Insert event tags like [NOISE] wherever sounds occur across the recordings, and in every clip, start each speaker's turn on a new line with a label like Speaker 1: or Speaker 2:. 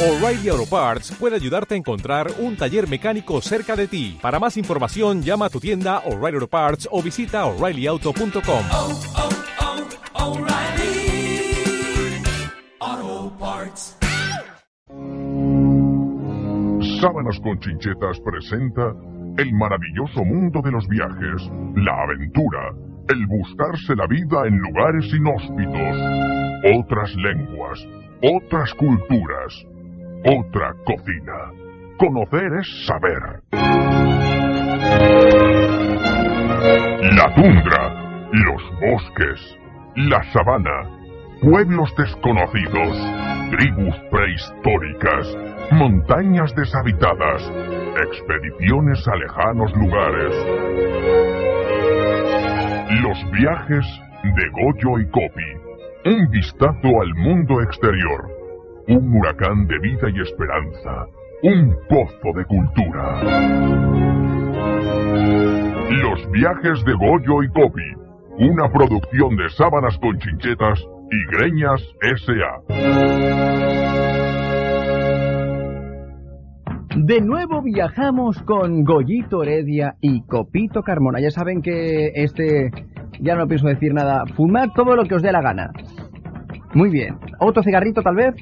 Speaker 1: O'Reilly Auto Parts puede ayudarte a encontrar un taller mecánico cerca de ti. Para más información, llama a tu tienda O'Reilly Auto Parts o visita oreillyauto.com.
Speaker 2: oh, oh, oh, O'Reilly. Auto Parts.
Speaker 3: Sábanas con Chinchetas presenta el maravilloso mundo de los viajes, la aventura, el buscarse la vida en lugares inhóspitos, otras lenguas, otras culturas, otra cocina. Conocer es saber. La tundra, los bosques, la sabana, pueblos desconocidos, tribus prehistóricas, montañas deshabitadas, expediciones a lejanos lugares. Los viajes de Goyo y Copi. Un vistazo al mundo exterior. Un huracán de vida y esperanza. Un pozo de cultura. Los viajes de Goyo y Copi, una producción de sábanas con chinchetas y greñas S.A.
Speaker 4: De nuevo viajamos con Goyito Heredia y Copito Carmona. Ya saben que este, ya no pienso decir nada, fumad todo lo que os dé la gana. Muy bien. ¿Otro cigarrito tal vez?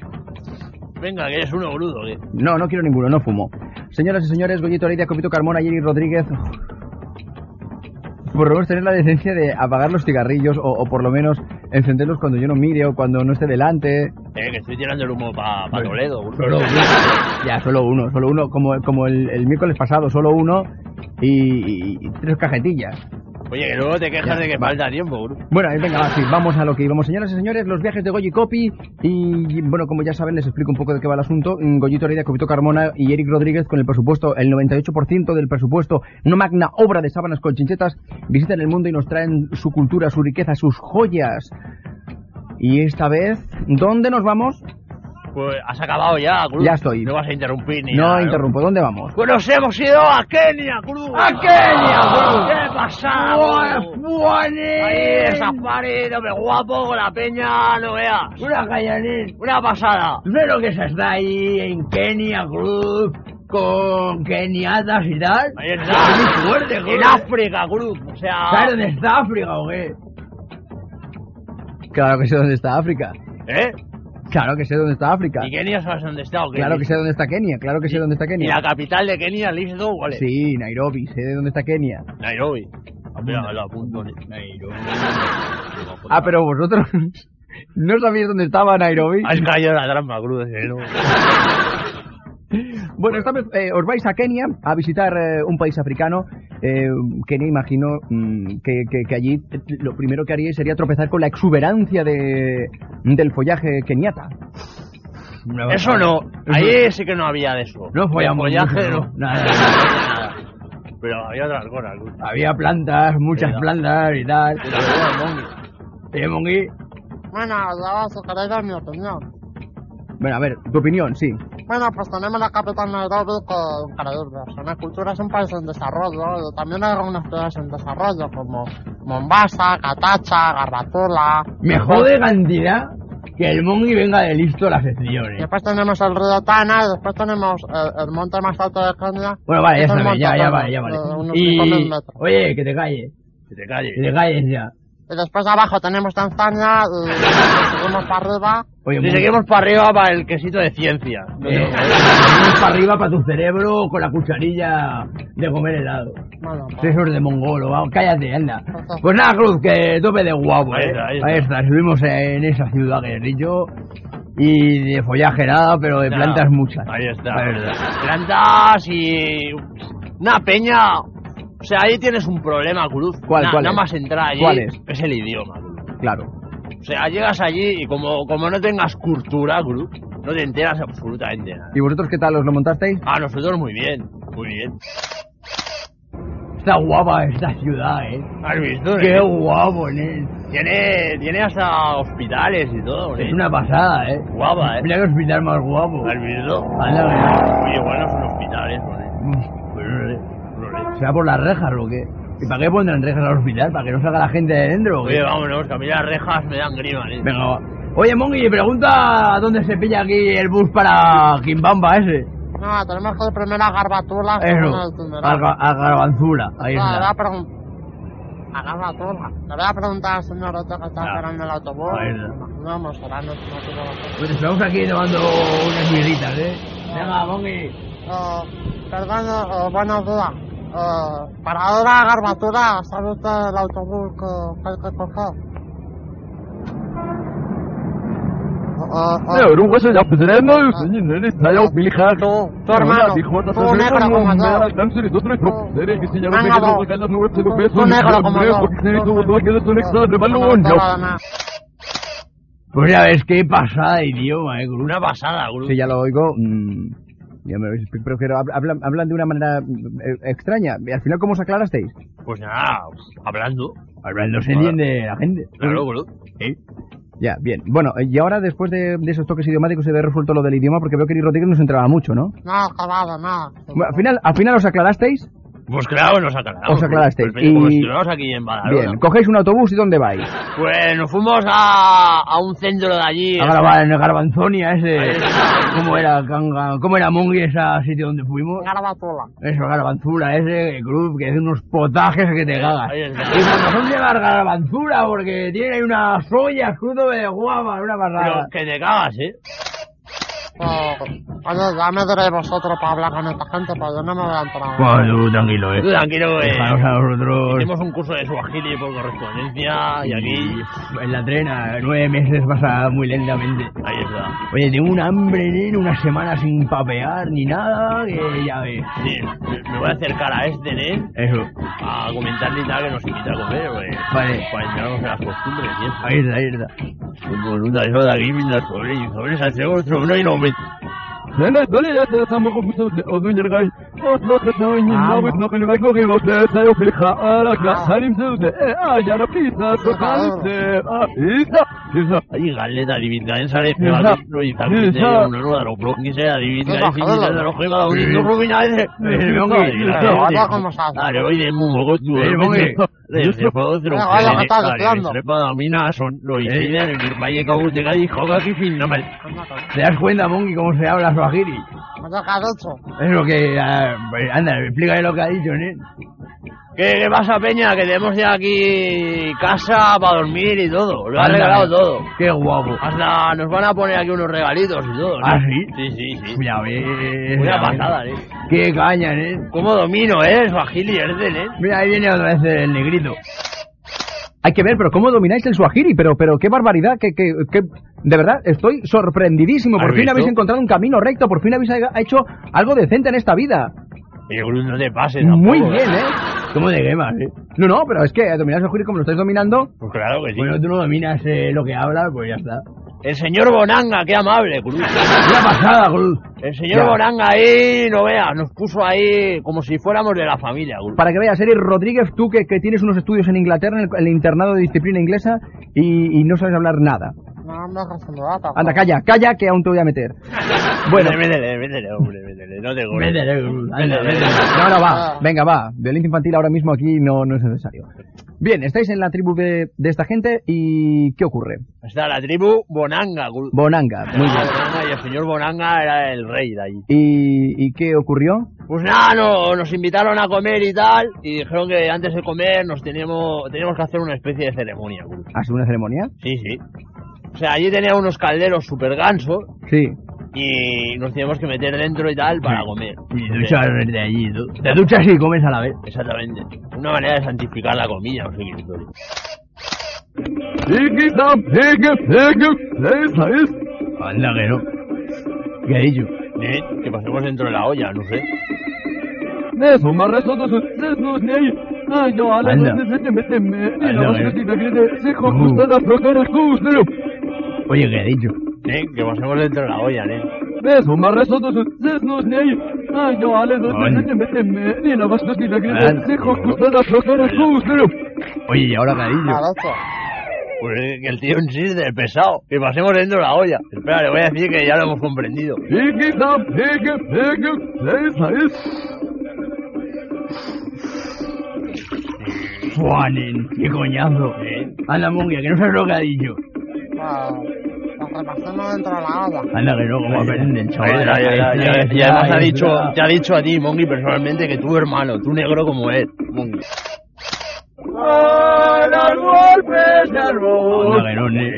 Speaker 5: Venga, que eres uno grudo, que
Speaker 4: No, no quiero ninguno, no fumo. Señoras y señores, Goyito Heredia, Copito Carmona, Jerry Rodríguez... Por lo menos tener la decencia de apagar los cigarrillos o, o por lo menos encenderlos cuando yo no mire o cuando no esté delante.
Speaker 5: Eh, que estoy tirando el humo para pa Toledo, grudo.
Speaker 4: Solo uno. Ya, solo uno, solo uno, como, como el, el miércoles pasado, solo uno y, y- y tres cajetillas.
Speaker 5: Oye, que luego te
Speaker 4: Ya,
Speaker 5: quejas de que
Speaker 4: vale.
Speaker 5: falta tiempo, grudo.
Speaker 4: Bueno, eh, venga, va, sí, vamos a lo que íbamos, señoras y señores, los viajes de Goyi Copy. Y bueno, como ya saben, les explico un poco de qué va el asunto. Mm, Goyito Heredia, Copito Carmona y Eric Rodríguez, con el presupuesto, el 98% del presupuesto, no magna obra de sábanas con chinchetas, visitan el mundo y nos traen su cultura, su riqueza, sus joyas. Y esta vez, ¿dónde nos vamos?
Speaker 5: Pues has acabado ya, grudo.
Speaker 4: Ya estoy.
Speaker 5: No vas a interrumpir ni
Speaker 4: No
Speaker 5: nada, ¿eh?
Speaker 4: interrumpo, ¿dónde vamos?
Speaker 5: Pues nos hemos ido a Kenia, grudo.
Speaker 4: ¡A
Speaker 5: Ah,
Speaker 4: Kenia, grudo! Pues,
Speaker 5: ¿Qué pasa, grudo? Ahí, safari, no me guapo, con la peña, no veas.
Speaker 4: ¡Una callanín!
Speaker 5: Una pasada.
Speaker 4: ¿Sabes lo que se está ahí en Kenia, Cruz? Con keniatas y tal.
Speaker 5: Ahí está.
Speaker 4: Es muy fuerte,
Speaker 5: En
Speaker 4: Cruz.
Speaker 5: África, grudo. O sea...
Speaker 4: ¿Sabes dónde está África o qué? Claro que sé dónde está África.
Speaker 5: ¿Eh?
Speaker 4: Claro que sé dónde está África.
Speaker 5: ¿Y Kenia sabes dónde está o qué?
Speaker 4: Claro que sé dónde está Kenia. Claro que sé dónde está
Speaker 5: ¿Y
Speaker 4: Kenia.
Speaker 5: la capital de Kenia, Lisdo, cuál es?
Speaker 4: Sí, Nairobi. Sé de dónde está Kenia.
Speaker 5: Pues Nairobi. Mira, lo apunto. Nairobi.
Speaker 4: Ah, pero vosotros [LAUGHS] no sabéis dónde estaba Nairobi.
Speaker 5: Has caído en la trampa, crudo. ese, ¿no?
Speaker 4: Bueno, esta vez eh, os vais a Kenia a visitar eh, un país africano. Eh, Kenia, imagino mm, que, que- que allí eh, lo primero que haríais sería tropezar con la exuberancia de, del follaje keniata.
Speaker 5: Eso no. Ahí sí que no había de eso.
Speaker 4: No follamos
Speaker 5: Follaje,
Speaker 4: mucho,
Speaker 5: no.
Speaker 4: no. [LAUGHS]
Speaker 5: Nada. Pero había otras cosas, crudo.
Speaker 4: Había plantas, muchas
Speaker 5: Era.
Speaker 4: plantas y tal.
Speaker 5: Pero bueno, mongi.
Speaker 4: Eh, Mongui.
Speaker 6: Bueno, ya vas a querer dar mi opinión.
Speaker 4: Bueno, a ver, tu opinión, sí.
Speaker 6: Bueno, pues tenemos la capital Nairobi que increíble. Es una cultura, es un país en desarrollo. Y también hay algunas ciudades en desarrollo como Mombasa, Catacha, Garbatula.
Speaker 4: Me jode cantidad que el Mongi venga de listo a las sesiones.
Speaker 6: Después tenemos el río Tana y después tenemos eh, el, monte más alto de Kenia.
Speaker 4: Bueno, vale, ya
Speaker 6: Es el
Speaker 4: sabes,
Speaker 6: monte
Speaker 4: ya, ya
Speaker 6: Tana,
Speaker 4: vale, ya
Speaker 6: de
Speaker 4: vale.
Speaker 6: unos 5.000
Speaker 4: Y...
Speaker 6: metros.
Speaker 4: Oye, que te calles,
Speaker 5: Que te calles.
Speaker 4: que te calles ya.
Speaker 6: Y después abajo tenemos Tanzania
Speaker 4: [LAUGHS]
Speaker 6: y seguimos para arriba.
Speaker 4: Oye,
Speaker 5: Si
Speaker 4: Mongi.
Speaker 5: seguimos para arriba para el quesito de ciencia. No te
Speaker 4: Eh,
Speaker 5: jodas.
Speaker 4: para arriba para tu cerebro con la cucharilla de comer helado.
Speaker 6: Bueno, pues,
Speaker 4: Eso es de mongolo, vamos, cállate, anda. Pues nada, Cruz, que tope de guapo.
Speaker 5: Ahí
Speaker 4: ¿eh?
Speaker 5: está, ahí está.
Speaker 4: subimos en esa ciudad que he dicho. Y de follaje nada, pero de
Speaker 5: Nada.
Speaker 4: plantas muchas.
Speaker 5: Ahí está.
Speaker 4: La verdad.
Speaker 5: Plantas y. Una peña. O sea, ahí tienes un problema, Cruz.
Speaker 4: ¿Cuál,
Speaker 5: Na-
Speaker 4: cuál
Speaker 5: Nada
Speaker 4: es?
Speaker 5: más entrar allí.
Speaker 4: ¿Cuál es?
Speaker 5: el idioma, Cruz.
Speaker 4: Claro.
Speaker 5: O sea, llegas allí y como, como no tengas cultura, Cruz, no te enteras absolutamente nada.
Speaker 4: ¿Y vosotros qué tal? ¿Os lo montasteis?
Speaker 5: A nosotros Ah, muy bien, muy bien.
Speaker 4: Está guapa esta ciudad, eh.
Speaker 5: ¿Has visto?
Speaker 4: Qué
Speaker 5: eh?
Speaker 4: guapo, eh.
Speaker 5: Tiene, tiene hasta hospitales y todo, eh.
Speaker 4: Es una pasada, eh.
Speaker 5: guapa, eh.
Speaker 4: Mira que hospital más guapo.
Speaker 5: ¿Has visto?
Speaker 4: Anda, mira.
Speaker 5: Oye, igual no son hospitales, ¿no?
Speaker 4: Mm, pues ¿Será por las rejas o qué? ¿Y para qué pondrán rejas al hospital? ¿Para que no salga la gente de dentro o qué?
Speaker 5: Oye, vámonos, que a mí las rejas me dan grima, ¿eh?
Speaker 4: Venga, va. Oye, Mongi, pregunta dónde se pilla aquí el bus para Quimbamba ese.
Speaker 6: No, tenemos que ir primero a Garbatula. que no nos
Speaker 4: Eso,
Speaker 6: entenderá.
Speaker 4: a, Ga- a Garbanzura. Ahí
Speaker 6: Le voy
Speaker 4: está.
Speaker 6: a pregun- a Garbatula. Le voy a preguntar al señor otro que está
Speaker 4: Claro.
Speaker 6: esperando el autobús.
Speaker 4: Ah. Ahí está.
Speaker 6: Vamos, será no, no tiene razón.
Speaker 4: Pues estamos aquí tomando unas mierditas, ¿eh? Venga, Mongi.
Speaker 6: Eh, perdón, eh, buenos días. Eh, para ahora, Garbatura, ¿sabe usted el autobús que, que hay que coger? Eh, eh, Tú, tu hermano, tú negro como yo. Venga, vos. Tú negro como yo.
Speaker 4: Pues ya ves, qué pasada de idioma, ¿eh? Gru? Una pasada, Gru.
Speaker 5: Sí, ya lo oigo. mm,
Speaker 4: Ya me veis, pero pero hab- hablan, hablan de una manera eh, extraña. Y Al final, ¿cómo os aclarasteis?
Speaker 5: Pues nada, pues, hablando.
Speaker 4: Hablando se entiende la gente.
Speaker 5: Claro, boludo. ¿Eh?
Speaker 4: pues. Ya, bien. Bueno, eh, y ahora después de, de esos toques idiomáticos se ve resuelto lo del idioma porque veo que Eri Rodríguez nos entraba mucho, ¿no?
Speaker 6: No, cabrón, no.
Speaker 4: Bueno, al final, al final os aclarasteis.
Speaker 5: Pues claro, nos aclaramos.
Speaker 4: Os aclarasteis.
Speaker 5: Pues, como
Speaker 4: Y-
Speaker 5: estuvimos aquí en Badalona.
Speaker 4: Bien, cogéis un autobús y ¿dónde vais?
Speaker 5: Pues nos fuimos a, a un centro de allí. ¿eh?
Speaker 4: A grabar en Garbanzonia ese. ¿Cómo era Ganga- ¿Cómo era Mongi ese sitio donde fuimos?
Speaker 6: Garbatula.
Speaker 4: Eso, Garbanzura ese, club que hace unos potajes que te cagas.
Speaker 5: Ahí está.
Speaker 4: Y "Pues, por razón llevar Garbanzura porque tiene ahí unas ollas fruto de guava, una
Speaker 5: Pero
Speaker 4: barrada.
Speaker 5: que te cagas, ¿eh?
Speaker 6: Eh, oye, ya me diréis vosotros para hablar con esta gente, pero yo no me voy a entrar.
Speaker 4: Bueno, tranquilo, eh.
Speaker 5: Tú tranquilo, eh.
Speaker 4: Dejaros a vosotros.
Speaker 5: Hicimos un curso de suajili por correspondencia y aquí...
Speaker 4: En la trena, nueve meses pasa muy lentamente.
Speaker 5: Ahí está.
Speaker 4: Oye, tengo un hambre, nene, una semana sin papear ni nada, que ya ves.
Speaker 5: Sí, me- me voy a acercar a este, ¿eh?
Speaker 4: Eso,
Speaker 5: A comentarle y tal que nos invita a comer, güey.
Speaker 4: Vale.
Speaker 5: Para enterarnos de las costumbres y eso.
Speaker 4: ahí está, ahí está.
Speaker 5: Con una de esas de aquí, mira, sobre y sobre, se hace otro, no hay nombre. Ahí, galeta, adivinca, en sale, pega, no, y también te lleva uno, no, a los bloques, eh, adivinca,
Speaker 6: Esa,
Speaker 5: y si no,
Speaker 6: joder.
Speaker 5: a los juegos, a un lindo bloque, ya, ese.
Speaker 4: Eh,
Speaker 5: Eh,
Speaker 4: Mongi,
Speaker 5: eh,
Speaker 4: eh,
Speaker 5: eh,
Speaker 6: guarda
Speaker 5: eh,
Speaker 6: cómo se hace.
Speaker 5: Dale, voy de mugo, tú,
Speaker 4: Eh,
Speaker 5: eh,
Speaker 4: Mongi.
Speaker 5: eh, eh, se fue otro,
Speaker 6: Eh, vaya,
Speaker 5: eh,
Speaker 6: que estás
Speaker 5: dale,
Speaker 6: deseando.
Speaker 5: trepa, domina, son, lo hice,
Speaker 4: Eh.
Speaker 5: en el valle, cago, te caí, joga, que fin, no me-
Speaker 4: ¿Te das cuenta, Mongi, cómo se habla suajiri?
Speaker 6: Oye, ¿qué has dicho?
Speaker 4: Es lo que... ah, pues, anda, explícale lo que ha dicho, nene.
Speaker 5: ¿Qué, ¿Qué pasa, Peña? Que tenemos ya aquí casa para dormir y todo. Lo han
Speaker 4: Anda,
Speaker 5: regalado
Speaker 4: eh.
Speaker 5: todo.
Speaker 4: Qué guapo.
Speaker 5: Hasta nos van a poner aquí unos regalitos y todo. ¿no?
Speaker 4: ¿Ah, sí?
Speaker 5: Sí, sí, sí.
Speaker 4: Ya ves.
Speaker 5: Una
Speaker 4: ya ves.
Speaker 5: pasada, ¿eh?
Speaker 4: Qué caña, nene.
Speaker 5: ¿Cómo domino, eh? Suajili Erden, ¿eh?
Speaker 4: Mira, ahí viene otra vez el negrito. Hay que ver, pero cómo domináis el suajiri, pero, pero qué barbaridad, que, que, que- de verdad estoy sorprendidísimo. Por
Speaker 5: ¿Has
Speaker 4: fin
Speaker 5: visto?
Speaker 4: habéis encontrado un camino recto, por fin habéis ha- hecho algo decente en esta vida.
Speaker 5: Oye, Gru, no te pases tampoco.
Speaker 4: Muy bien, ¿eh? ¿Cómo de quemas, eh? No, no, pero es que dominar el suajiri como lo estáis dominando,
Speaker 5: Pues claro que sí.
Speaker 4: bueno, tú no dominas eh, lo que hablas, pues ya está.
Speaker 5: El señor Bonanga, qué amable,
Speaker 4: [LAUGHS]
Speaker 5: Gru.
Speaker 4: Una pasada, Gru.
Speaker 5: El señor
Speaker 4: Ya.
Speaker 5: Bonanga ahí, no veas, nos puso ahí como si fuéramos de la familia, Gru.
Speaker 4: Para que veas, Eri Rodríguez, tú que, que tienes unos estudios en Inglaterra, en el, en el internado de disciplina inglesa, y, y no sabes hablar nada.
Speaker 6: No me dejes sin debate.
Speaker 4: Anda, calla, calla, que aún te voy a meter. [LAUGHS] Bueno,
Speaker 5: Métele, métele, hombre, métele. No te cobres.
Speaker 4: Métele, Gru, anda,
Speaker 5: Métele,
Speaker 4: métele.
Speaker 5: métele.
Speaker 4: No, no, va, venga, va. Violencia infantil ahora mismo aquí no, no es necesario. Bien, estáis en la tribu de, de esta gente y ¿qué ocurre?
Speaker 5: Está la tribu Bonanga, Gru.
Speaker 4: Bonanga, muy bien.
Speaker 5: Bonanga, y el señor Bonanga era el rey de allí.
Speaker 4: ¿Y, y qué ocurrió?
Speaker 5: Pues nada, no- nos invitaron a comer y tal, y dijeron que antes de comer nos teníamos, teníamos que hacer una especie de ceremonia. Gru.
Speaker 4: ¿Hace una ceremonia?
Speaker 5: Sí, sí. O sea, allí tenía unos calderos super gansos
Speaker 4: Sí.
Speaker 5: y nos teníamos que meter dentro y tal para comer.
Speaker 4: Y de allí, Te duchas y comes a la vez.
Speaker 5: Exactamente. Una manera de santificar la comida, no sé qué historia.
Speaker 4: Anda, que no. ¿Qué ha dicho?
Speaker 5: ¿Eh? Que pasemos dentro de la olla, no sé.
Speaker 4: Uh. Oye, ¿qué ha dicho?
Speaker 5: ¿Eh? Que pasemos dentro de la olla, ¿eh?
Speaker 4: Oye, ¿y ahora qué ha
Speaker 6: ¿Qué
Speaker 4: dicho?
Speaker 6: has dicho?
Speaker 5: Pues eh, que el tío insiste, el pesado. Que pasemos dentro de la olla. Espera, le voy a decir que ya lo hemos comprendido.
Speaker 4: eh? Juanen, qué coñazo. Anda, Mungia, que no sabes lo que ha dicho.
Speaker 6: Ah, relaciono dentro de la olla.
Speaker 4: Anda, que no, como aprenden,
Speaker 5: Ay,
Speaker 4: chaval.
Speaker 5: ay, ay, ay, ay, Y además ha
Speaker 4: Ay,
Speaker 5: dicho,
Speaker 4: verdad.
Speaker 5: te ha dicho a ti, Mongi, personalmente, que tu hermano, tu negro como él. Mongi.
Speaker 4: Anda, que no, ne-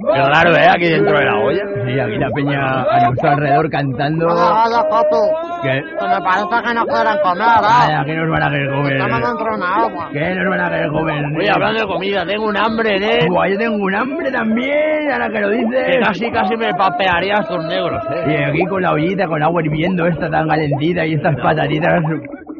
Speaker 5: Qué raro, ¿eh? Aquí dentro de la olla.
Speaker 4: Sí, aquí la peña a nuestro alrededor cantando.
Speaker 6: Oye, oye, Copi,
Speaker 4: Que,
Speaker 6: que me parece que no quieren comer,
Speaker 4: nada,
Speaker 6: ¿eh?
Speaker 4: que nos van a querer comer.
Speaker 6: Estamos dentro de una olla.
Speaker 4: Que nos van a querer comer.
Speaker 5: Oye, hablando de comida, tengo un hambre, ¿eh?
Speaker 4: Buah, yo tengo un hambre también, ahora que lo dices.
Speaker 5: Que casi, casi me papearía a estos negros,
Speaker 4: Y
Speaker 5: ¿eh?
Speaker 4: aquí con la ollita, con agua hirviendo, esta tan calentita y estas patatitas.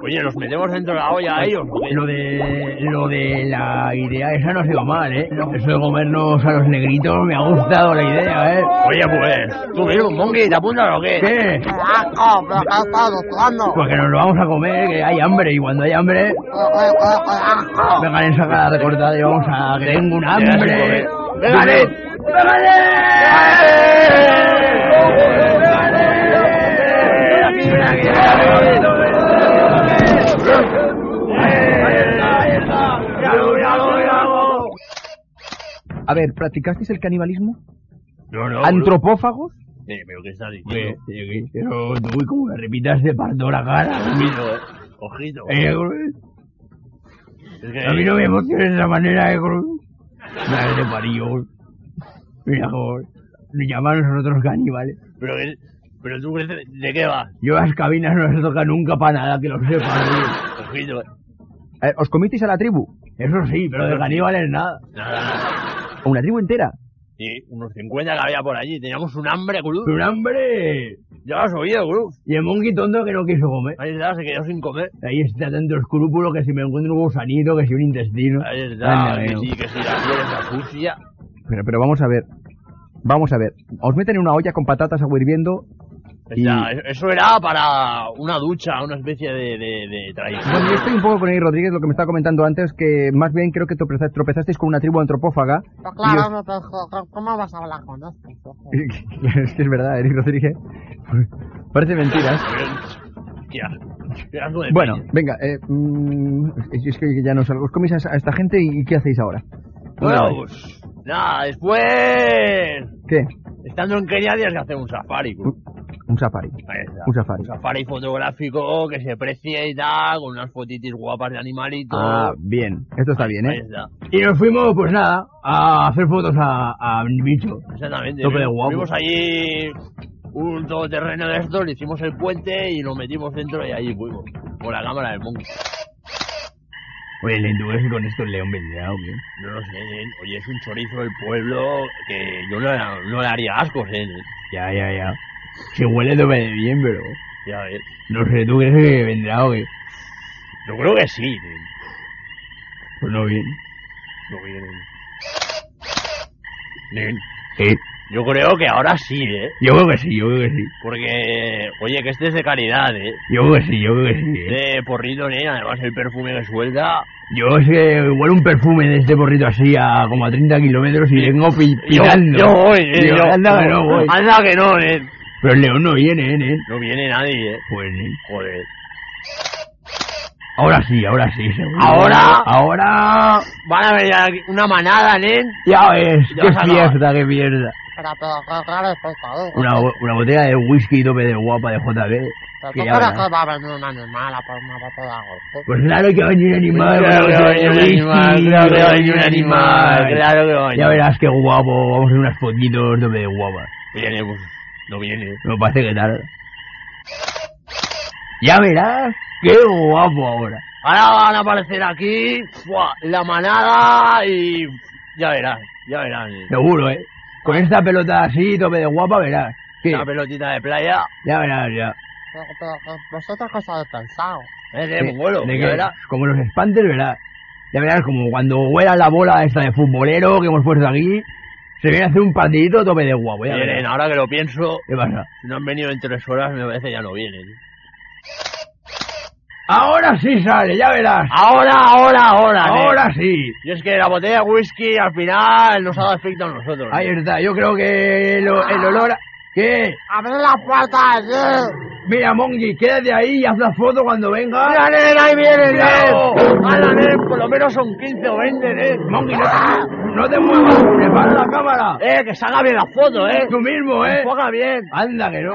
Speaker 5: Oye, ¿los metemos dentro de la olla a ellos? o qué?
Speaker 4: Lo de, lo de la idea esa no ha sido mal, ¿eh? Eso de comernos a los negritos me ha gustado la idea, ¿eh?
Speaker 5: Oye, pues, tú mismo, Mongi, ¿te apuntas o qué?
Speaker 4: ¿Qué?
Speaker 6: ¡Qué asco! ¿Pero qué estás diciendo?
Speaker 4: Porque nos lo vamos a comer, que hay hambre, y cuando hay hambre,
Speaker 6: ¡Qué, qué, qué, qué asco!
Speaker 4: vengan en sacada recortada y vamos a... que tengo un
Speaker 5: Llegas sin
Speaker 4: hambre.
Speaker 5: comer.
Speaker 4: ¡Véngale! ¡Véngale! ¡Véngale! ¡Véngale! A ver, ¿practicasteis el canibalismo?
Speaker 5: No, no,
Speaker 4: ¿Antropófagos?
Speaker 5: Mire, pero ¿qué estás
Speaker 4: Pero
Speaker 5: diciendo?
Speaker 4: tú, como me repitas, te parto la [LAUGHS] cara.
Speaker 5: Ojito, eh. Ojito.
Speaker 4: Eh, Cruz,
Speaker 5: Es que-
Speaker 4: a mí no me emociones de esa manera, eh, Cruz. Dale de parillo. Mira, joder. Nos llaman a nosotros caníbales.
Speaker 5: Pero, que- pero tú, ¿de de qué vas?
Speaker 4: Yo las cabinas no las toca nunca para nada, que lo sepas.
Speaker 5: Ojito, eh.
Speaker 4: ¿Os comisteis a la tribu? Eso sí, pero de caníbales nada.
Speaker 5: Nada, nada.
Speaker 4: A una tribu entera.
Speaker 5: Sí, unos 50 que había por allí. Teníamos un hambre, Cruz.
Speaker 4: Un hambre.
Speaker 5: Ya lo has oído, Cruz.
Speaker 4: Y el monkey tonto que no quiso comer.
Speaker 5: Ahí está, se quedó sin comer.
Speaker 4: Ahí está tanto escrúpulo que si me encuentro un gusanito, que si un intestino.
Speaker 5: Ahí está,
Speaker 4: Anda,
Speaker 5: que
Speaker 4: no.
Speaker 5: sí, que sí, la piel está sucia.
Speaker 4: Pero, pero vamos a ver. Vamos a ver. Os meten en una olla con patatas agua hirviendo. Y-
Speaker 5: Ya, eso- eso era para una ducha, una especie de, de, de traición.
Speaker 4: Bueno, yo estoy un poco con Eric Rodríguez, lo que me estaba comentando antes, que más bien creo que tropeza- tropezasteis con una tribu antropófaga.
Speaker 6: Pero
Speaker 4: y
Speaker 6: Pues claro,
Speaker 4: os-
Speaker 6: no, pero ¿cómo- ¿cómo vas a hablar con esto? tío?
Speaker 4: [LAUGHS] es que es verdad, Eric Rodríguez. Parece mentiras.
Speaker 5: Qué asco, qué asco de
Speaker 4: Bueno,
Speaker 5: peña.
Speaker 4: venga, eh, mm, es es que ya no salgo. Os coméis a, a esta gente y ¿qué hacéis ahora?
Speaker 5: Bueno,
Speaker 4: Una vez.
Speaker 5: pues, nada, después,
Speaker 4: ¿Qué?
Speaker 5: estando en Kenia tienes que hacer un safari. Cruz.
Speaker 4: Un safari.
Speaker 5: Ahí está.
Speaker 4: un safari.
Speaker 5: Un safari fotográfico que se precie y tal, con unas fotitis guapas de animalitos.
Speaker 4: Ah, bien. Esto está bien,
Speaker 5: Ahí
Speaker 4: ¿eh?
Speaker 5: está,
Speaker 4: Y nos fuimos, pues nada, a hacer fotos a, a mi bicho.
Speaker 5: exactamente.
Speaker 4: Tope de
Speaker 5: Vimos-
Speaker 4: guapo.
Speaker 5: Vimos allí un todoterreno de estos, le hicimos el puente y lo metimos dentro y allí fuimos, con la cámara del monkey.
Speaker 4: Oye, le que con esto león vendrá, hombre.
Speaker 5: No lo sé, nen. oye, es un chorizo del pueblo que yo no, no le haría ascos, ¿eh? nen.
Speaker 4: Ya, ya, ya. Si huele, tope de bien, pero.
Speaker 5: Ya ves.
Speaker 4: No sé, ¿tú crees que vendrá o qué?
Speaker 5: Yo creo que sí, nen.
Speaker 4: Pues no bien.
Speaker 5: Lo vi, nen. Nen,
Speaker 4: Eh,
Speaker 5: Yo creo que ahora sí, ¿eh?
Speaker 4: yo creo que sí, yo creo que sí.
Speaker 5: Porque, oye, que este es de calidad, ¿eh?
Speaker 4: Yo creo que sí, yo creo que sí. ¿eh?
Speaker 5: De porrito, ¿eh? Además, el perfume que suelta.
Speaker 4: Yo es que huele un perfume de este porrito así a como a 30 kilómetros y vengo pi-
Speaker 5: Yo,
Speaker 4: pitando.
Speaker 5: yo voy, ¿eh?
Speaker 4: Digo,
Speaker 5: Yo-
Speaker 4: anda que no voy.
Speaker 5: Anda que no, nen.
Speaker 4: Pero el león no viene, ¿eh? nen?
Speaker 5: No viene nadie, ¿eh?
Speaker 4: Pues nen.
Speaker 5: Joder.
Speaker 4: ahora sí, ahora sí. seguro.
Speaker 5: Ahora-
Speaker 4: Ahora...
Speaker 5: Van a venir aquí una manada, nen.
Speaker 4: Ya ves,
Speaker 5: Ya
Speaker 4: qué
Speaker 5: se acaba.
Speaker 4: fiesta, qué mierda.
Speaker 6: Pero, pero, ¿qué quieres esto, tío?
Speaker 4: Una, bo- una botella de whisky tope de guapa de JB.
Speaker 6: ¿Pero
Speaker 4: Que
Speaker 6: tú
Speaker 4: ya
Speaker 6: crees
Speaker 4: verás.
Speaker 6: que va a venir un animal a por una botella de whisky?
Speaker 4: Pues claro que va a venir un animal. pues,
Speaker 5: Claro que va a venir un
Speaker 4: whisky,
Speaker 5: animal, claro que va a venir un animal, claro que va a venir.
Speaker 4: Ya verás qué guapo, vamos a hacer unas fotitos tope de guapa.
Speaker 5: Viene, pues. No viene.
Speaker 4: Me parece que tarda. Ya verás qué guapo ahora.
Speaker 5: Ahora van a aparecer aquí ¡fua! la manada y ya verás, ya verás. eh.
Speaker 4: Seguro, ¿eh? Con esta pelota así tope de guapa verás. Sí,
Speaker 5: Una pelotita de playa.
Speaker 4: ya verás, ya.
Speaker 6: Pero, pero, ¿qué- ¿vosotros qué sabéis pensado?
Speaker 5: eh, Es
Speaker 4: Sí,
Speaker 5: de mongolo,
Speaker 4: de
Speaker 5: ya
Speaker 4: que-
Speaker 5: verás.
Speaker 4: Como los espantes verás. Ya verás como cuando huela la bola esta de futbolero que hemos puesto aquí, se viene a hacer un partidito tope de guapo. Ya
Speaker 5: Vienen,
Speaker 4: verás.
Speaker 5: ahora que lo pienso,
Speaker 4: ¿Qué pasa?
Speaker 5: si no han venido en tres horas, me parece ya no vienen.
Speaker 4: Ahora sí sale, ya verás.
Speaker 5: Ahora, ahora, ahora. nen.
Speaker 4: Ahora sí.
Speaker 5: Y es que la botella de whisky al final nos ha dado efecto a nosotros.
Speaker 4: Ahí está, yo creo que el, o- el olor... A... ¿Qué?
Speaker 6: ¡Abre la puerta allí!
Speaker 4: Mira, Mongi, quédate ahí y haz la foto cuando venga.
Speaker 5: ¡Mira, Nen, ahí viene,
Speaker 4: ¡Bravo!
Speaker 5: Nen! ¡Hala, Nen! Por lo menos son 15 o eh. 20, Nen.
Speaker 4: Mongi, no te, no te muevas, prepara la cámara.
Speaker 5: Eh, que salga bien la foto, eh.
Speaker 4: Tú mismo, ¿eh?
Speaker 5: Ponga bien.
Speaker 4: Anda que no.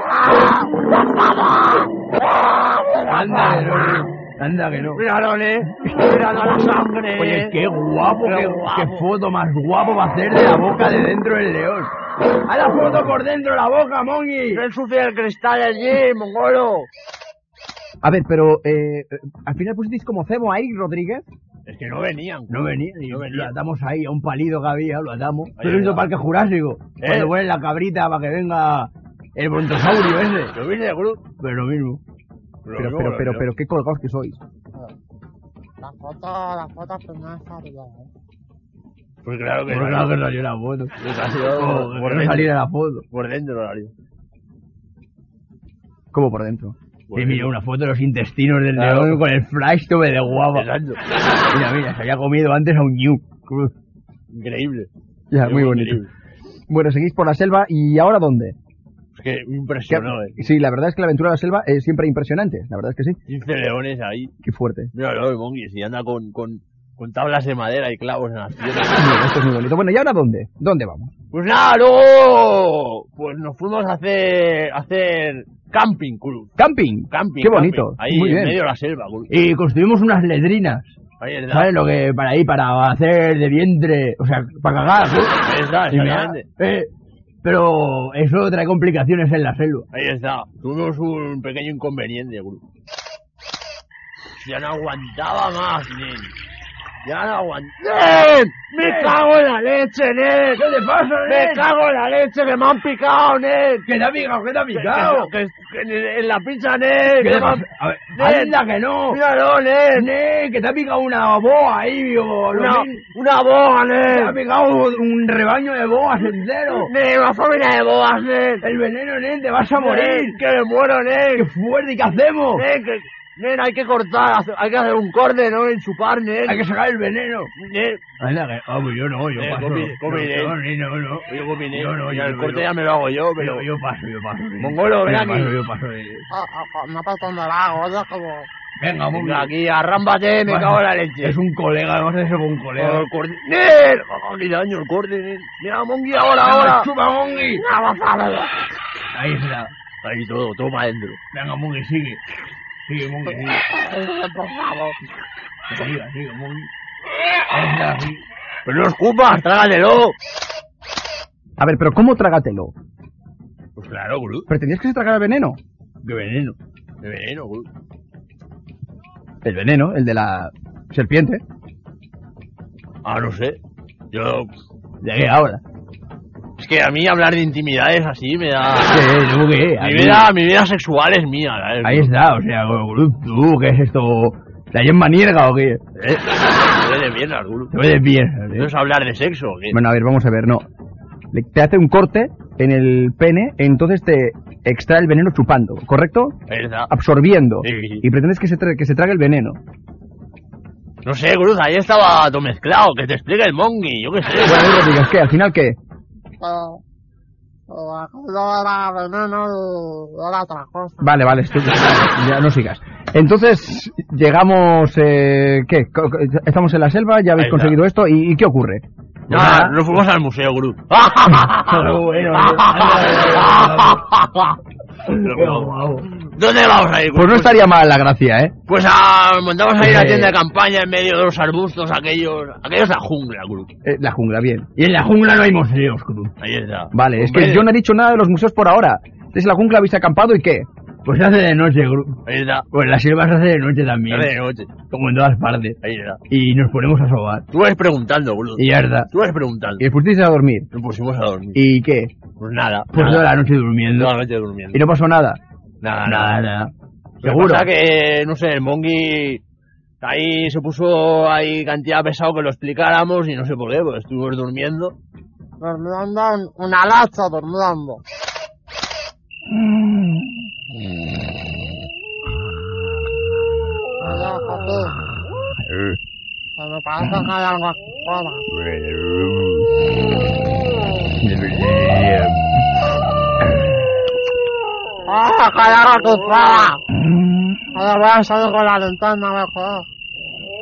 Speaker 4: Anda que no. Anda que no.
Speaker 5: Míralo, Nen. Míralo eh. la sangre. eh.
Speaker 4: Oye, qué guapo,
Speaker 5: Qué
Speaker 4: eh, qué,
Speaker 5: guapo.
Speaker 4: qué foto más guapo va a hacer de la boca de dentro el león. ¡Haz la foto por dentro la boca, Mongi!
Speaker 5: No ensucia el cristal allí, mongolo.
Speaker 4: A ver, pero eh, al final pusisteis como cebo a Eric Rodríguez.
Speaker 5: Es que no venían.
Speaker 4: No venía, y
Speaker 5: No venía.
Speaker 4: lo atamos ahí, a un palido que había, lo atamos.
Speaker 5: Ahí
Speaker 4: Pero es
Speaker 5: está.
Speaker 4: del Parque Jurásico.
Speaker 5: ¿Eh?
Speaker 4: Cuando ponen la cabrita para que venga el brontosaurio ese.
Speaker 5: Lo vi de Groot.
Speaker 4: Pero lo mismo. Pero, pero, pero, pero, qué colgados que sois.
Speaker 6: La foto, la foto final salió, ¿eh?
Speaker 5: Pues claro que Pues
Speaker 4: Por
Speaker 5: no.
Speaker 4: nada que salió la foto.
Speaker 5: sido-
Speaker 4: Por no salir a la foto.
Speaker 5: Por dentro, horario.
Speaker 4: Como por dentro.
Speaker 5: Por
Speaker 4: y mira
Speaker 5: dentro.
Speaker 4: una foto de los intestinos del
Speaker 5: Claro.
Speaker 4: león con el flash tube de guava.
Speaker 5: Exacto.
Speaker 4: Mira, mira, se había comido antes a un ñu. Cruz.
Speaker 5: Increíble.
Speaker 4: Ya, muy
Speaker 5: Increíble.
Speaker 4: bonito. Bueno, seguís por la selva y ahora dónde?
Speaker 5: Es que me impresionó, eh.
Speaker 4: Sí, la verdad es que la aventura de la selva es siempre impresionante. La verdad es que sí.
Speaker 5: 15 leones ahí.
Speaker 4: Qué fuerte.
Speaker 5: Míralo, el Mongi, si anda con, con, con tablas de madera y clavos en las piernas.
Speaker 4: Mira, [LAUGHS] esto es muy bonito. Bueno, ¿y ahora dónde? ¿Dónde vamos?
Speaker 5: Pues nada, luego. Pues nos fuimos a hacer. a hacer camping, Cruz.
Speaker 4: Camping.
Speaker 5: Camping.
Speaker 4: Qué
Speaker 5: camping.
Speaker 4: bonito.
Speaker 5: Ahí
Speaker 4: muy
Speaker 5: en
Speaker 4: bien.
Speaker 5: medio de la selva, Cruz.
Speaker 4: Y construimos unas ledrinas.
Speaker 5: Ahí es
Speaker 4: ¿Sabes lo que para ahí para hacer de vientre, o sea, para cagar? ¿sí?
Speaker 5: Ahí está,
Speaker 4: Y me da-
Speaker 5: exactamente.
Speaker 4: eh, pero eso trae complicaciones en la selva.
Speaker 5: Ahí está. Tuvimos un pequeño inconveniente, grupo. Ya no aguantaba más, nen. Ya no aguantaba. ¡Nen! ¡Me cago en la leche, nen!
Speaker 4: ¿Qué te pasa,
Speaker 5: ¡Me
Speaker 4: nen?
Speaker 5: cago en la leche! ¡Que me han picado, nen!
Speaker 4: ¡Que te ha picado, que te ha picado!
Speaker 5: Que, que- que- en la pizza,
Speaker 4: ¿Qué
Speaker 5: nen! que
Speaker 4: te
Speaker 5: me han-
Speaker 4: pasa? A ver,
Speaker 5: nen.
Speaker 4: anda que no.
Speaker 5: ¡Míralo, nen!
Speaker 4: ¡Ne! ¡Que te ha picado una boa ahí, o lo
Speaker 5: Una,
Speaker 4: mismo.
Speaker 5: una boa,
Speaker 4: ¡Te ha
Speaker 5: nen!
Speaker 4: picado un rebaño de boas entero!
Speaker 5: ¡Nen! ¡Una familia de boas, nen!
Speaker 4: ¡El veneno, nen! ¡Te vas a morir!
Speaker 5: ¡Nen, ¡Que me muero,
Speaker 4: ¡Qué
Speaker 5: nen!
Speaker 4: fuerte! ¿Y qué hacemos?
Speaker 5: ¡Nen! Que, ¡Nen! Hay que cortar, hace- hay que hacer un corte, ¿no? En chupar, nen.
Speaker 4: ¡Hay que sacar el veneno!
Speaker 5: nen.
Speaker 4: Anda que... Ah, pues yo no, yo
Speaker 5: Eh,
Speaker 4: paso.
Speaker 5: come- come,
Speaker 4: No,
Speaker 5: eh.
Speaker 4: no, ni- no, no.
Speaker 5: Yo combiné.
Speaker 4: Yo no, yo
Speaker 5: el
Speaker 4: no,
Speaker 5: corte
Speaker 4: yo-
Speaker 5: ya me lo hago yo, pero.
Speaker 4: Yo, yo paso, yo paso. eh.
Speaker 5: Mongolo, ven
Speaker 4: yo
Speaker 5: aquí.
Speaker 4: Paso, yo paso, eh.
Speaker 6: Ah, ah, ah, No te tonderá, oye, como...
Speaker 4: Venga, vamos.
Speaker 5: Venga, aquí, arrámbate, me cago en la leche.
Speaker 4: Es un colega, vamos a hacer un
Speaker 5: Oh,
Speaker 4: colega.
Speaker 5: el corte. ¡Nen! ¡Oh, qué daño el corte, nen! ¡Mira, Mongi, ahora, ahora!
Speaker 4: Venga, ¡Chupa, Mongi!
Speaker 5: ¡Vamos, vamos!
Speaker 4: Ahí está.
Speaker 5: Ahí todo, todo para adentro.
Speaker 4: Venga, Mongi, sigue. Sigue, Mongi, sigue.
Speaker 6: Eh, Por favor.
Speaker 4: Sigue, sigue, Mongi. Ahí está, sí.
Speaker 5: Pero no escupas, trágatelo.
Speaker 4: A ver, pero ¿cómo tragatelo?
Speaker 5: Pues claro, Gru.
Speaker 4: ¿Pretendías que se tragara veneno?
Speaker 5: Qué veneno. Qué veneno, Gru.
Speaker 4: El veneno, el de la serpiente.
Speaker 5: Ah, no sé. Yo.
Speaker 4: Llegué ahora.
Speaker 5: Es que a mí hablar de intimidades así me da.
Speaker 4: ¿Qué? ¿Tú qué?
Speaker 5: Mi vida, mi vida sexual es mía, ¿sabes?
Speaker 4: eh, Ahí está, o sea, Gru, tú, ¿qué es esto? ¿La en manierga o qué?
Speaker 5: Eh, te de mierda, Gru.
Speaker 4: Te ves bien. ¿eh?
Speaker 5: ¿No es hablar de sexo o qué?
Speaker 4: Bueno, a ver, vamos a ver, no. Le- Te hace un corte en el pene, entonces te extrae el veneno chupando, ¿correcto?
Speaker 5: Ahí está.
Speaker 4: Absorbiendo.
Speaker 5: Sí, sí.
Speaker 4: Y pretendes que se, tra- que se trague el veneno.
Speaker 5: No sé, Cruz, ahí estaba todo mezclado. Que te explique el mongi, yo qué sé.
Speaker 4: Bueno, ahí lo digas, ¿qué? ¿Al final qué?
Speaker 6: Pero... Pero aquello era veneno y era otra cosa.
Speaker 4: Vale, vale, estoy- ya no sigas. Entonces, llegamos, eh, ¿qué? Co- co- Estamos en la selva, ya habéis
Speaker 5: Ahí está.
Speaker 4: conseguido esto, ¿y, y qué ocurre? Pues
Speaker 5: No,
Speaker 4: Nada.
Speaker 5: no fuimos al museo, Cruz.
Speaker 4: [LAUGHS] Pero bueno,
Speaker 5: [LAUGHS] ¿Dónde vamos a ir, Gru?
Speaker 4: Pues no estaría mal la gracia, ¿eh?
Speaker 5: Pues ah, mandamos a ir a la
Speaker 4: Eh.
Speaker 5: tienda de campaña en medio de los arbustos, aquellos. Aquellos la jungla, Cruz.
Speaker 4: Eh, La jungla, bien.
Speaker 5: Y en la jungla no hay museos, Cruz. Ahí está.
Speaker 4: Vale, es que
Speaker 5: Hombre,
Speaker 4: yo no he dicho nada de los museos por ahora. Desde la jungla habéis acampado y qué?
Speaker 7: Pues se hace de noche, Gru.
Speaker 5: Ahí está.
Speaker 7: Pues la selva se hace de noche también,
Speaker 5: Tarde de noche.
Speaker 7: como en todas partes.
Speaker 5: Ahí está.
Speaker 7: Y nos ponemos a sobar.
Speaker 5: Tú vas preguntando, Cruz.
Speaker 7: Y ya está.
Speaker 5: Tú vas preguntando.
Speaker 4: Y después te a dormir.
Speaker 5: Nos pusimos a dormir.
Speaker 4: ¿Y qué?
Speaker 5: Pues nada.
Speaker 7: Pues
Speaker 5: nada.
Speaker 7: toda la noche durmiendo.
Speaker 5: Toda la noche durmiendo.
Speaker 4: ¿Y no pasó nada?
Speaker 5: Nada,
Speaker 7: Nada, nada.
Speaker 5: Seguro. que, no sé, el Mongi ahí se puso ahí cantidad pesado que lo explicáramos y no sé por qué, pues estuvimos durmiendo.
Speaker 6: Durmiendo en una lacha, durmiendo. Oye, Jopi, que me parece que hay algo aquí fuera. ¡Ah, carajo, tu fada! Ahora voy a salir con la ventana mejor.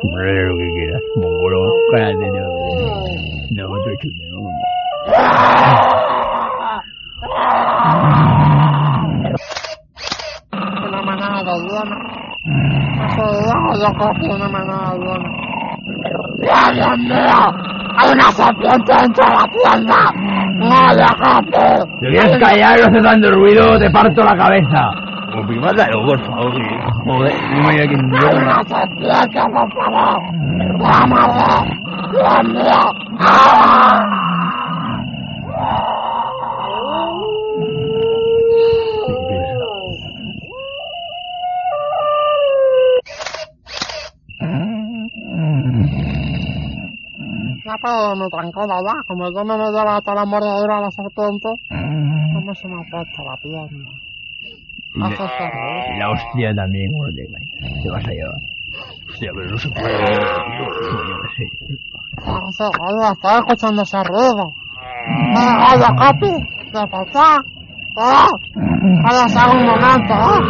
Speaker 7: Hombre, lo que quieras, mongolo. Cállate, no. No, otro chulo.
Speaker 6: Una manada de leones. Joder, yo cogí una manada de leones. ¡Ah, ¡Dios mío! ¡Hay una serpiente dentro de la tienda! ¡No, yo cogí!
Speaker 7: Si quieres callar y no haces tanto ruido, te parto la cabeza. Pues
Speaker 5: Gopi, mátalo, por favor. que-
Speaker 7: Joder, no me digas que no.
Speaker 6: ¡Hay una serpiente, por favor! ¡La madre! ¡Dios mío! ¡Ah! Ya puedo Ah, me trancola ya, como yo no me lleva hasta la mordedura a la serpiente, ¿cómo se me ha puesto la pierna? Hace cerdo.
Speaker 7: Y la hostia también, como te imaginas. Te vas a llevar. Hostia, pero no se puede. Yo qué sé.
Speaker 6: Ese ruido, estoy escuchando ese ruido. ¡Eh, oye, Capi! ¿Qué pasa? ¡Eh! ¡Oye, sal un momento, eh!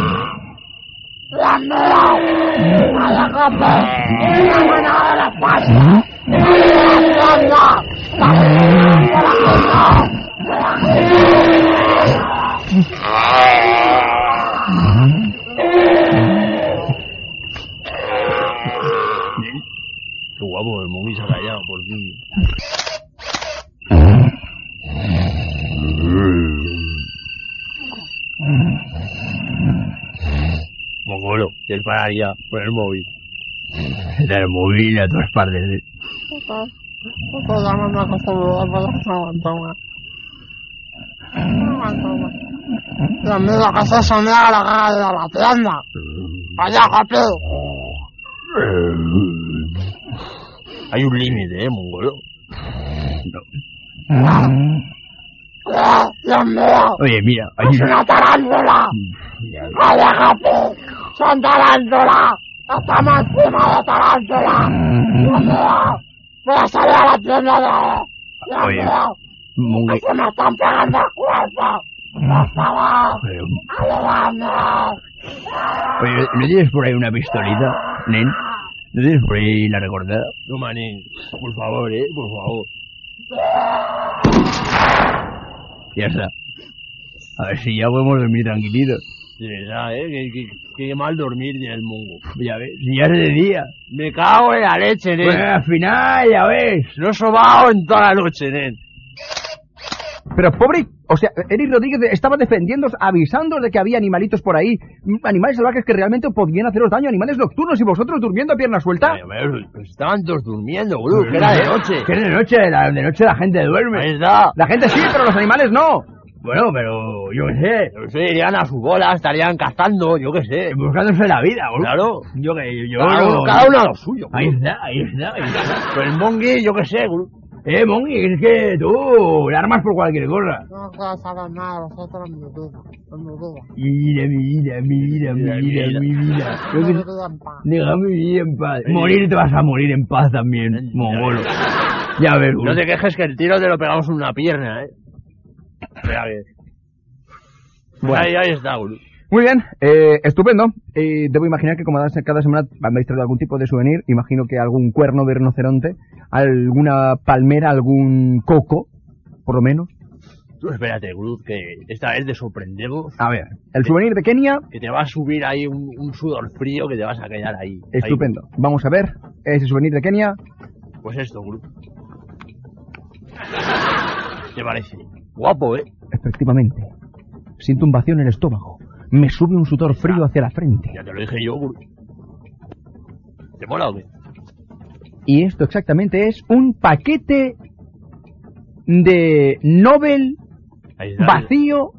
Speaker 6: ¡Dios mío! ¡Oye, Capi! ¡Una mano de la espalda! ¡Dios mío! ¡La
Speaker 5: Qué guapo, el móvil se ha callado, por fin. Mongolo, te pararía por el móvil.
Speaker 7: Dar el móvil a todas partes.
Speaker 6: puta! Puta, ya me me acostumbré, pero es un montón, eh. Un montón, eh. Dios mío, que se sonía la cara de la tienda. Oye, Capi.
Speaker 5: Hay un límite, eh, mongolo.
Speaker 6: ¡Ah, ¡Dios mío!
Speaker 7: Oye, mira, hay una...
Speaker 6: ¡Una tarántula!
Speaker 4: Mm,
Speaker 6: ¡Ay, déjate! ¡Son tarántulas! ¡Estamos encima de tarántulas!
Speaker 4: Mm.
Speaker 6: ¡Dios mío! ¡Voy a salir a la tienda de... ¡Dios
Speaker 7: Oye.
Speaker 6: mío!
Speaker 7: Mongo...
Speaker 6: ¡Que se me están pegando el cuerpo! ¡Por favor! ¡Ayúdame!
Speaker 7: Oye, ¿no tienes por ahí una pistolita, nen? ¿No tienes por ahí la recordada?
Speaker 5: No, manín, por favor, eh, por favor.
Speaker 7: Ya está. A ver si ya podemos dormir tranquilitos.
Speaker 5: De verdad, eh, que, que- que mal dormir tiene el mongo.
Speaker 7: Ya ves, si ya es de día.
Speaker 5: Me cago en la leche, nen.
Speaker 7: Pues al final, ya ves.
Speaker 5: No he sobado en toda la noche, nen.
Speaker 4: Pero pobre, o sea, Eric Rodríguez estaba defendiéndoos, avisándoos de que había animalitos por ahí, mm, animales salvajes que realmente podían haceros daño, animales nocturnos y vosotros durmiendo a pierna suelta.
Speaker 5: Oye, pero- pero Estaban todos durmiendo, boludo, que era de noche.
Speaker 7: Que es de noche, la, de noche la gente duerme.
Speaker 5: ¿Verdad?
Speaker 4: La gente sí, pero los animales no.
Speaker 7: Bueno, pero yo qué sé.
Speaker 5: No sé, irían a su bola, estarían cazando, yo qué sé.
Speaker 7: Buscándose la vida, boludo.
Speaker 5: Claro.
Speaker 7: Yo que yo...
Speaker 5: Cada uno,
Speaker 7: no-
Speaker 5: cada uno a lo suyo.
Speaker 7: Ahí
Speaker 5: boludo.
Speaker 7: está, ahí está, ahí está.
Speaker 5: [LAUGHS] Pero el mongi, yo qué sé, boludo.
Speaker 7: Eh, Mongi, es que tú la armas por cualquier cosa.
Speaker 6: No quiero saber nada de vosotros en mi vida. En mi vida.
Speaker 7: Mira, mi vida, mi vida, mi vida, mi vida. Yo
Speaker 6: En mi
Speaker 7: que-
Speaker 6: vida en paz.
Speaker 7: Déjame vivir en paz. Morir te vas a morir en paz también, mongolo. Ya ves,
Speaker 5: No te quejes que el tiro te lo pegamos en una pierna, eh. Espera que-
Speaker 4: Bueno.
Speaker 5: Ahí, ahí está, boludo.
Speaker 4: Muy bien, eh, estupendo. Eh, debo imaginar que como das- cada semana habéis traído algún tipo de souvenir, imagino que algún cuerno de rinoceronte, alguna palmera, algún coco, por lo menos.
Speaker 5: Tú espérate, Gruz, que esta vez te sorprendemos.
Speaker 4: A ver, el souvenir de Kenia,
Speaker 5: Que te va a subir ahí un, un sudor frío que te vas a quedar ahí. Ahí.
Speaker 4: estupendo. Vamos a ver, ese souvenir de Kenia,
Speaker 5: Pues esto, Gruz. ¿Te parece? Guapo, eh.
Speaker 4: efectivamente. Siento un vacío en el estómago. Me sube un sudor frío hacia la frente.
Speaker 5: Ya te lo dije yo, Gruz. ¿Te mola o qué?
Speaker 4: Y esto exactamente es un paquete de Nobel
Speaker 5: Ahí está.
Speaker 4: vacío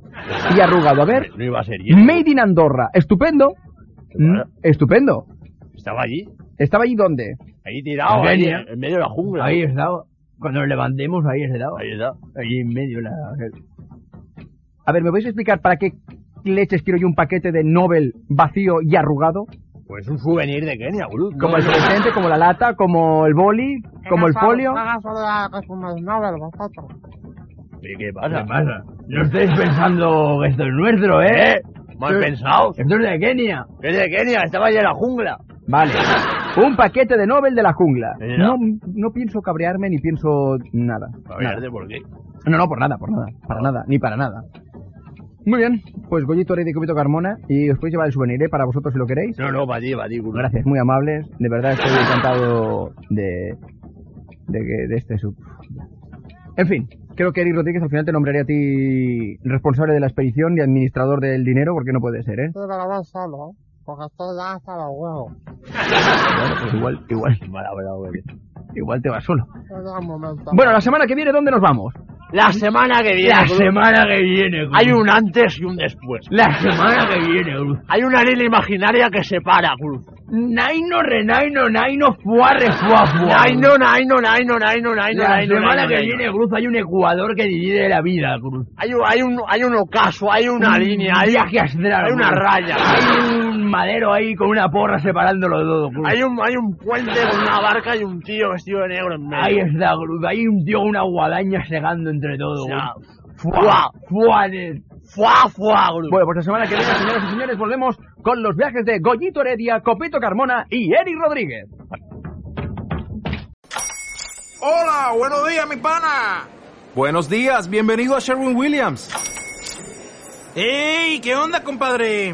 Speaker 4: y arrugado. A ver,
Speaker 5: No iba a ser yo.
Speaker 4: Made in Andorra. Estupendo. Mm, Estupendo.
Speaker 5: Estaba allí.
Speaker 4: ¿Estaba allí dónde?
Speaker 5: Ahí tirado,
Speaker 7: En
Speaker 5: ahí,
Speaker 7: Kenia.
Speaker 5: en medio de la jungla.
Speaker 7: Ahí estaba. Cuando nos levantemos, ahí estaba.
Speaker 5: Ahí está.
Speaker 7: Ahí en medio la...
Speaker 4: A ver, ¿me vais a explicar para qué leches quiero yo un paquete de Nobel vacío y arrugado?
Speaker 5: Pues un souvenir de Kenia, Gruz.
Speaker 4: Como
Speaker 5: No,
Speaker 4: el
Speaker 5: no.
Speaker 4: presente, como la lata, como el boli, como el
Speaker 6: Hagas-
Speaker 4: folio.
Speaker 6: hagas solo que fumáis Nobel vosotros.
Speaker 5: Oye, ¿Qué
Speaker 7: ¿Qué
Speaker 5: pasa?
Speaker 7: pasa? No estáis pensando que esto es nuestro, ¿eh?
Speaker 5: Mal pensados.
Speaker 4: Esto es de Kenia.
Speaker 5: Que es de Kenia, estaba allí en la jungla.
Speaker 4: Vale. Un paquete de Nobel de la jungla.
Speaker 5: Mira.
Speaker 4: No, no pienso cabrearme ni pienso nada.
Speaker 5: A
Speaker 4: Nada.
Speaker 5: ver, ¿de por qué?
Speaker 4: No, no, por nada, por nada. Para nada, ni para nada. Muy bien, pues Goyito Rey de Cubito Carmona y os podéis llevar el souvenir ¿eh? para vosotros si lo queréis.
Speaker 5: No, no, para ti, para ti, Guru.
Speaker 4: Gracias, muy amables. De verdad estoy encantado de, de, que- de este sub. En fin, creo que Eric Rodríguez al final te nombraré a ti responsable de la expedición y administrador del dinero, porque no puede ser, ¿eh?
Speaker 6: Sí, pero voy solo, porque estoy ya hasta los huevos.
Speaker 4: Bueno, pues igual, igual,
Speaker 5: Mala bravo, güey.
Speaker 4: igual te vas solo.
Speaker 6: Espera un momento.
Speaker 4: Bueno, la semana que viene, ¿dónde nos vamos?
Speaker 5: La semana que viene. Gru.
Speaker 4: que viene.
Speaker 5: Hay un antes y un después.
Speaker 4: La semana que viene,
Speaker 5: Hay una línea imaginaria que separa, Gru.
Speaker 4: Naino, renaino, naino, fuarre,
Speaker 5: Naino, naino, naino, naino, naino, naino, naino, naino.
Speaker 4: Cruz, hay un ecuador que divide la vida, Cruz.
Speaker 5: Hay, un- hay, un, hay un ocaso, hay
Speaker 4: Mm.
Speaker 5: una línea, hay,
Speaker 4: viaje astral,
Speaker 5: hay una
Speaker 4: Cruz.
Speaker 5: raya.
Speaker 4: Hay un madero ahí con una porra separándolo todo, Cruz.
Speaker 5: Hay un, hay un puente con una barca y un tío vestido de negro en medio.
Speaker 4: Ahí está, Cruz. Hay un tío con una guadaña segando entre todo,
Speaker 5: Ya.
Speaker 4: Cruz. Fuá, fuá de-
Speaker 5: ¡Fua, fua, Gru!
Speaker 4: Bueno, pues la semana que viene, señoras y señores, volvemos con los viajes de Goyito Heredia, Copito Carmona y Eric Rodríguez.
Speaker 8: Hola, buenos días, mi pana.
Speaker 9: Buenos días, bienvenido a Sherwin Williams.
Speaker 8: ¡Ey! ¿Qué onda, compadre?